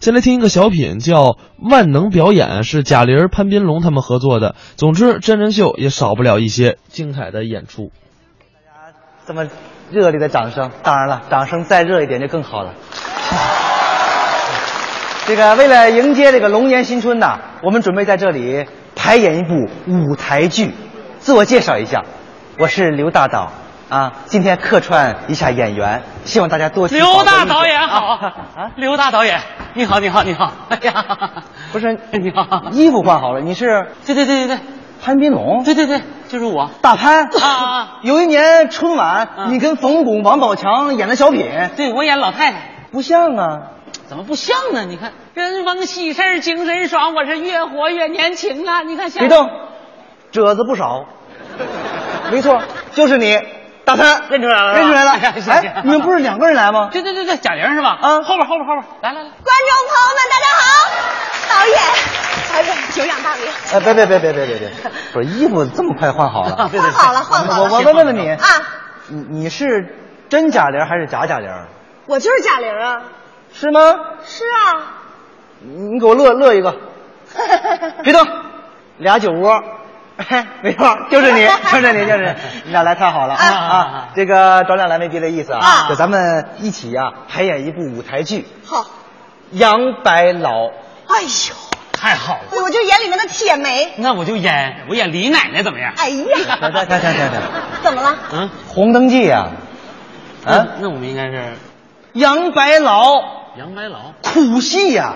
先来听一个小品，叫《万能表演》，是贾玲、潘斌龙他们合作的。总之，真人秀也少不了一些精彩的演出。大家这么热烈的掌声，当然了，掌声再热一点就更好了。 这个为了迎接这个龙年新春呐，我们准备在这里排演一部舞台剧。自我介绍一下，我是刘大导啊，今天客串一下演员，希望大家多提宝贵刘意见大导演好啊啊！刘大导演，你好，你好，你好！哎呀， 不是你好，衣服换好了，你是对对对对潘斌龙对，对对对，就是我。大潘啊啊有一年春晚，啊你跟冯巩、王宝强演的小品，对我演老太太，不像啊。怎么不像呢？你看，人逢喜事精神爽，我是越活越年轻啊！你看像，别动，褶子不少。没错，就是你，大潘，认出来了认出来了。哎呀谢谢哎，你们不是两个人来吗？对对对对，贾玲是吧？啊后边后边后边，来来来，观众朋友们，大家好！导演，导演，久仰大名。哎，别别别别别别别，不是衣服这么快换好了？对换好了，换好我了。我问问问你，啊，你你是真贾玲还是假贾玲？我就是贾玲啊。是吗？是啊。你给我乐乐一个，别动，俩酒窝。哎， 没错，就是你，就是你，就是你，你俩来太好了啊啊啊！这个找俩来没别的意思啊，啊就咱们一起呀、排演一部舞台剧 好。 《杨白劳》。哎呦，太好了。我就演里面的铁梅。那我就演我演李奶奶怎么样？哎呀，停停停停停！怎么了？嗯，红灯记呀、啊，那那我们应该是杨白劳杨白劳。苦戏呀、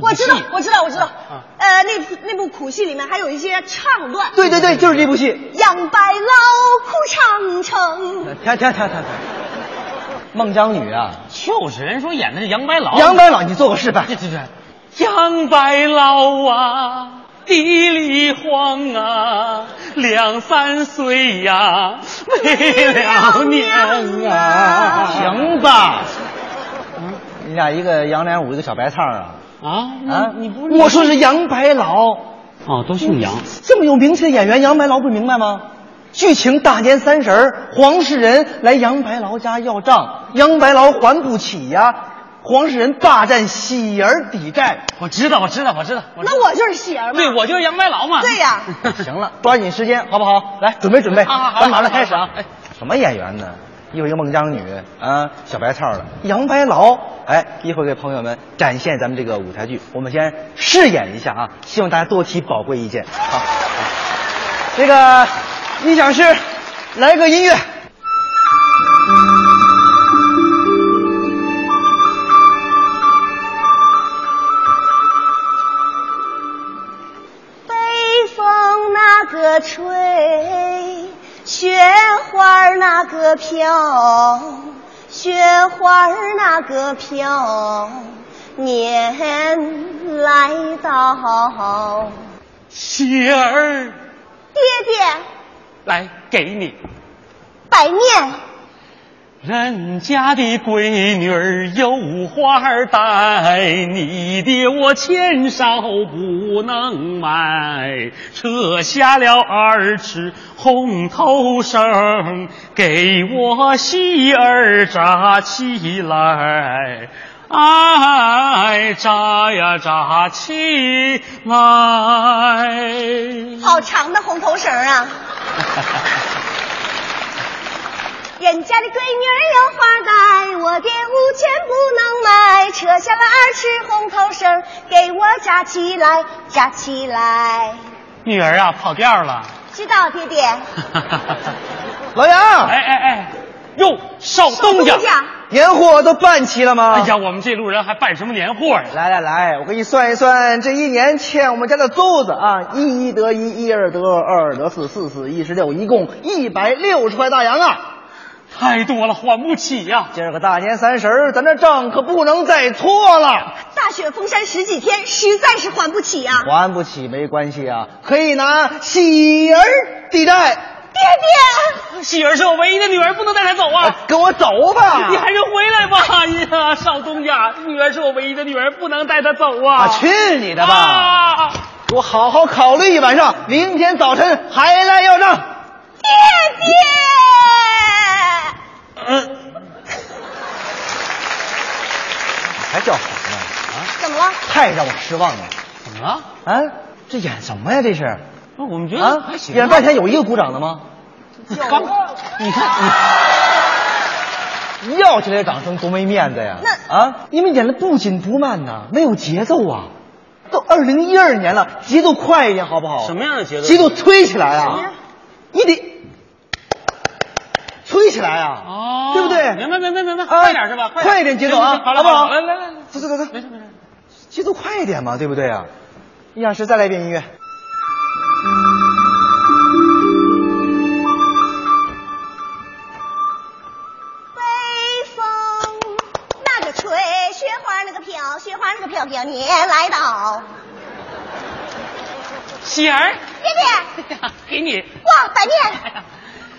我知道苦戏，我知道，我知道啊。呃，那那部苦戏里面还有一些唱段。对对对，就是这部戏。杨白劳苦长城，停停停停停！孟姜女啊，就是人说演的是杨白劳。杨白劳，你做个示范这。这这，杨白劳啊，地里荒啊，两三岁呀、没了娘啊！行吧，你俩一个杨连武，一个小白菜啊啊，啊！你你不我说是杨白劳，哦，都姓杨，这么有名气的演员杨白劳不明白吗？剧情大年三十儿黄世仁来杨白劳家要账，杨白劳还不起呀、黄世仁霸占喜儿抵债。我知道，我知道，我知道，啊我知道那我就是喜儿嘛。对，我就是杨白劳嘛。对呀 行了，抓紧时间好不好？来，准备准备，好好好咱马上开始啊好好好！哎什么演员呢？一会儿一个孟姜女啊，小白菜儿的杨白劳，哎，一会儿给朋友们展现咱们这个舞台剧。我们先试演一下啊，希望大家多提宝贵意见。好，这个音响师来个音乐。北风那个吹，雪花儿那个飘，雪花儿那个飘，年来到。喜儿爹爹，来给你，白面，人家的闺女儿有花儿戴，你的我钱少不能买，扯下了二尺红头绳，给我喜儿扎起来。哎，扎呀扎起来！好长的红头绳啊！人家的闺女儿有花戴，我的无钱不能买，扯下了二尺红头绳，给我扎起来，扎起来。女儿啊，跑调了。知道爹爹，老杨，哎哎哎，哟，少东家！东家年货都办齐了吗？哎呀，我们这路人还办什么年货呀？来来来，我给你算一算这一年欠我们家的租子啊，一一得一，一二得二，二得四，四四一十六，一共一百六十块大洋啊！太多了，还不起呀、今儿个大年三十儿，咱这账可不能再错了。大雪封山十几天，实在是还不起啊呀、还不起没关系啊，可以拿喜儿抵债。爹爹，喜儿是我唯一的女儿，不能带她走啊！哎跟我走吧！ 你还是回来吧！哎呀，少东家，女儿是我唯一的女儿，不能带她走啊！啊，去你的吧！啊！给我好好考虑一晚上，明天早晨还来要账。爹爹，嗯，还叫好呢？怎么啊？太让我失望了。怎么了？啊，这演什么呀？这是不是我们觉得啊还，行演半天有一个鼓掌的吗？刚，你看，要起来掌声多没面子呀！那啊，你们演的不紧不慢呐，没有节奏啊。都二零一二年了，节奏快一点好不好？什么样的节奏节奏推起来什么呀啊！你得推起来啊！哦对不对？明白明白明白啊快点是吧快点快一点节奏啊，行行行好了不好？好了来来来走走走走，没事没事，节奏快一点嘛，对不对啊？易老师再来一遍音乐。微风那个吹，雪花那个飘，雪花那个飘飘年来到。喜儿，爹爹，给你。哇，白面，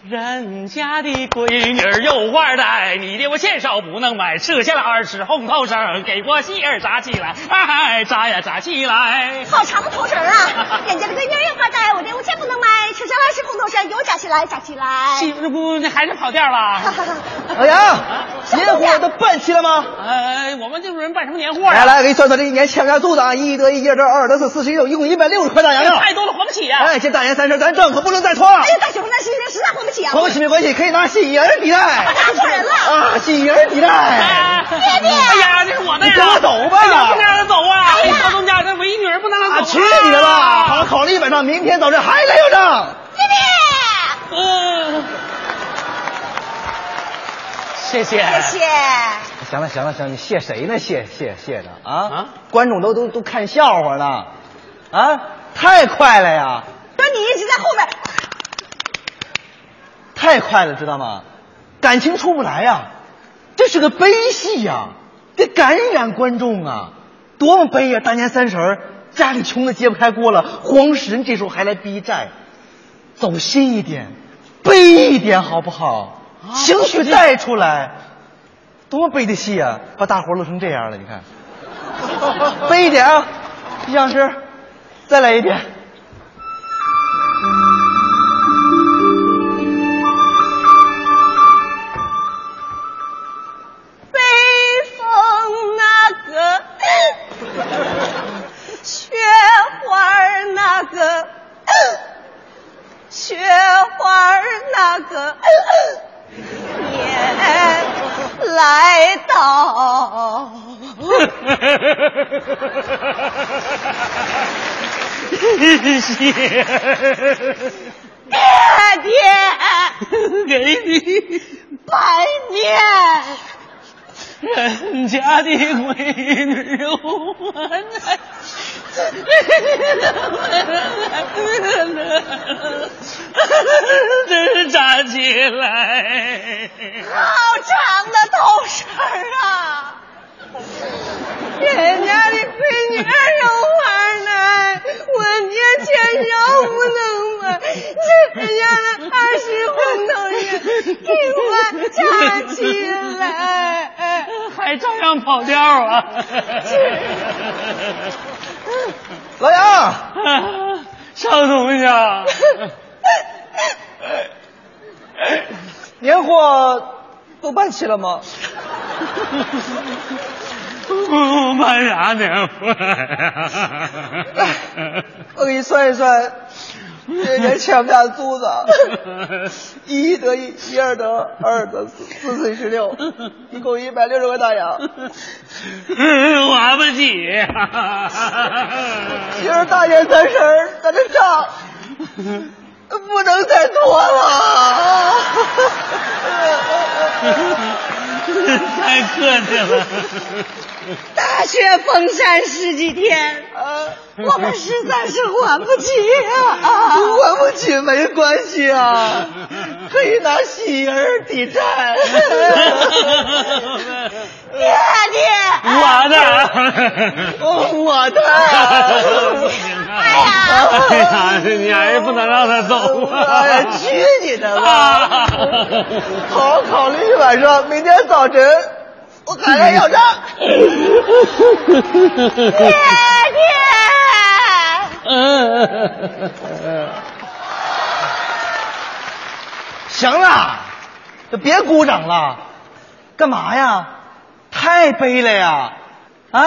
人家的闺女儿有腕儿带，你的我钱少不能买，撤下了二十红头绳，给我喜儿扎起来，哎，扎呀扎哎起来。好长的头绳啊！人家的闺女儿有花戴，我这无钱不能买，扯上二十红头绳，有扎起来，扎起来。媳妇不，那还是跑调了。老啊杨，年货都办齐了吗？哎，我们这种人办什么年货来呀？来，我给你啊算算这一年欠不欠肚子啊？一得一，二得二，二得四，四十六，一共一百六十块大洋这洋。太多了，还啊不哎起呀！哎，这大年三十咱账可不能再拖了哎。呀，大熊，那实实在还不起啊！还不起没关系，可以拿喜儿抵我赖。打错人了啊，喜儿啊抵赖。哎哎呀，这是我的呀！你跟我走吧哎呀不能让他走啊！哎哎呀呀，东家这唯一女儿不能让他啊，走。去你的吧！好了，！ 考了一百账，明天早晨还来有账。爹爹，嗯，谢谢。谢谢。哎行了行了行了，你谢谁呢？谢谢谢的啊啊观众都都都看笑话呢，啊，太快了呀，但你一直在后面，太快了，知道吗？感情出不来呀，这是个悲戏呀，得感染观众啊，多么悲呀！大年三十儿家里穷的揭不开锅了，黄神这时候还来逼债，走心一点，悲一点好不好？啊情绪带出来，多么悲的戏呀！把大伙儿乐成这样了，你看。背一点啊，毕老师，再来一点。北风那个雪花儿那个雪花儿那个年来到，谢谢，爹爹给你白面，人家的闺女儿我来。真站起来！好长的头绳儿啊！人家的闺女儿有花呢，我爹钱少不能买，这样二十红头绳给我扎起 来。还照样跑调啊！老杨，邵同学，年货都办齐了吗？我办啥年会哎我给你算一算，这年欠我们家租子，一得一，一二得二，二得四，四四十六，一共一百六十块大洋。还不起、今儿大年三十儿咱这账不能再拖了。太客气了。大雪封山十几天，啊我们实在是还不起还啊！不起没关系啊，可以拿喜儿抵债。爹爹，我的，哦我的，不行啊！哎呀，你还是不能让他走哎呀，啊！ 去你的吧！啊！好好考虑一晚上，明天早晨我还来要账。爹爹。嗯行了，就别鼓掌了，干嘛呀？太悲了呀！啊，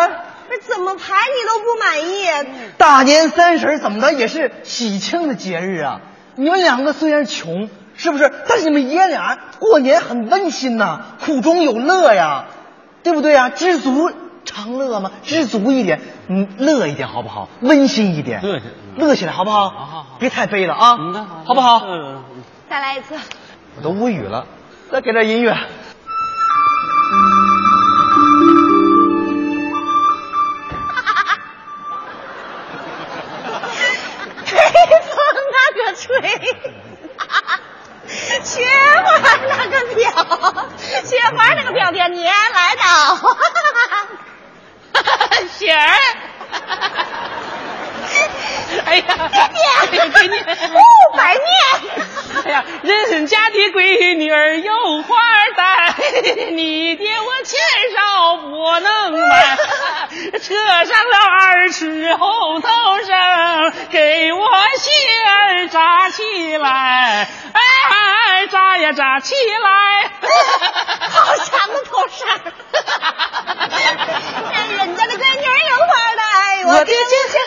怎么排你都不满意，大年三十儿怎么的也是喜庆的节日啊！你们两个虽然穷，是不是？但是你们爷俩过年很温馨呐、苦中有乐呀，对不对啊？知足常乐嘛，知足一点，嗯，乐一点好不好？温馨一点，乐一点乐起来好不好？嗯好好好别太悲了啊，嗯那好不好？嗯再来一次。我都无语了，再给点音乐。吹风那个吹，雪花那个飘，雪花那个飘飘，你来到， 雪儿。哎呀，面闺女，哦，白面，哎呀，人家的闺女儿有花戴， 你的我钱少不能买，扯上了二尺红头绳，给我心儿扎起来，哎，扎呀扎起来，好长的头绳儿。那人家的闺女儿有花来，我的金钱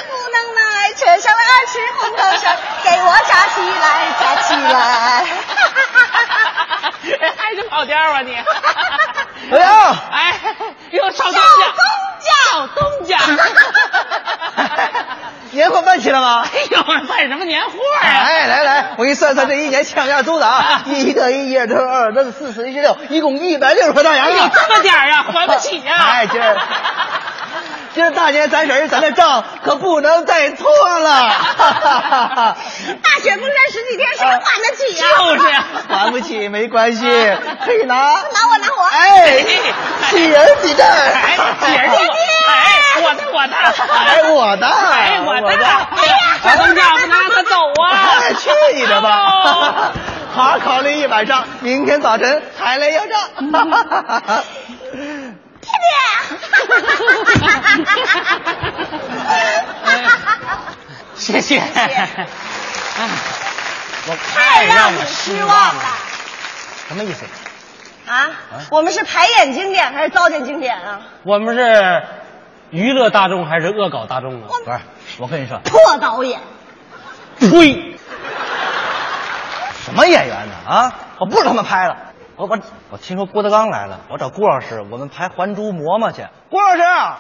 不能买，扯上了二尺红头绳儿，给我扎起来，扎起啊来。还是跑调啊你？ 哎呀！哎，又少东 家，赵东 家，赵东家。年货办起来吗？哎呦，办什么年货啊？来哎来来，我给你算算这一年欠不欠租的啊！一个一、二、二、二、四、四、一十六，一共一百六十块大洋哎呦啊，！这么点儿啊，还不起呀、 哎，今儿今儿大年三十儿，咱这账可不能再拖了，哈哈哈哈大雪封山十几天，谁还得起 呀、就是 啊还不起没关系，可以拿。拿我拿我哎， 喜人喜蛋，哎，姐儿的姐姐我，哎，我的我的，哎我的，哎我的，哎呀，哎小东家不 拿他走 啊哎！去你的吧！好好考虑一晚上，明天早晨还来要账。嗯 谢谢，哎我 太让你失望了什么意思？啊！我们是排演经典还是糟践经典啊？我们是娱乐大众还是恶搞大众啊？不是，我跟你说，破导演， 呸！什么演员呢？啊，我不让他们拍了。我我我听说郭德纲来了，我找郭老师，我们排《还珠魔》嘛去。郭老师，啊